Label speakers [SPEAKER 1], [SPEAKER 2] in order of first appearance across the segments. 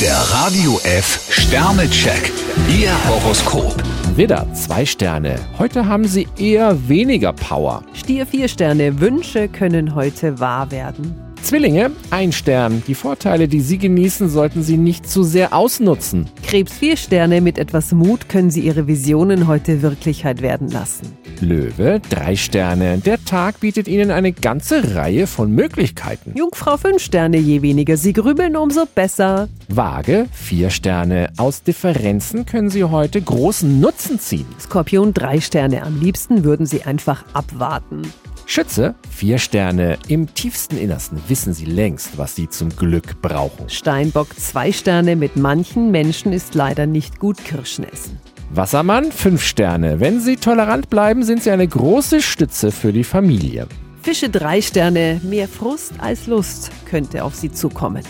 [SPEAKER 1] Der Radio F Sternecheck. Ihr Horoskop.
[SPEAKER 2] Widder, zwei Sterne. Heute haben Sie eher weniger Power.
[SPEAKER 3] Stier vier Sterne, Wünsche können heute wahr werden.
[SPEAKER 2] Zwillinge, ein Stern. Die Vorteile, die Sie genießen, sollten Sie nicht zu sehr ausnutzen.
[SPEAKER 3] Krebs vier Sterne, mit etwas Mut können Sie Ihre Visionen heute Wirklichkeit werden lassen.
[SPEAKER 2] Löwe, drei Sterne. Der Tag bietet Ihnen eine ganze Reihe von Möglichkeiten.
[SPEAKER 3] Jungfrau fünf Sterne, je weniger Sie grübeln, umso besser.
[SPEAKER 2] Waage, vier Sterne. Aus Differenzen können Sie heute großen Nutzen ziehen.
[SPEAKER 3] Skorpion drei Sterne, am liebsten würden Sie einfach abwarten.
[SPEAKER 2] Schütze, vier Sterne. Im tiefsten Innersten wissen Sie längst, was Sie zum Glück brauchen.
[SPEAKER 3] Steinbock zwei Sterne, mit manchen Menschen ist leider nicht gut Kirschen essen.
[SPEAKER 2] Wassermann, fünf Sterne. Wenn Sie tolerant bleiben, sind Sie eine große Stütze für die Familie.
[SPEAKER 3] Fische drei Sterne, mehr Frust als Lust könnte auf Sie zukommen.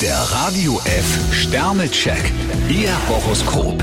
[SPEAKER 1] Der Radio F Sternecheck. Ihr Horoskop.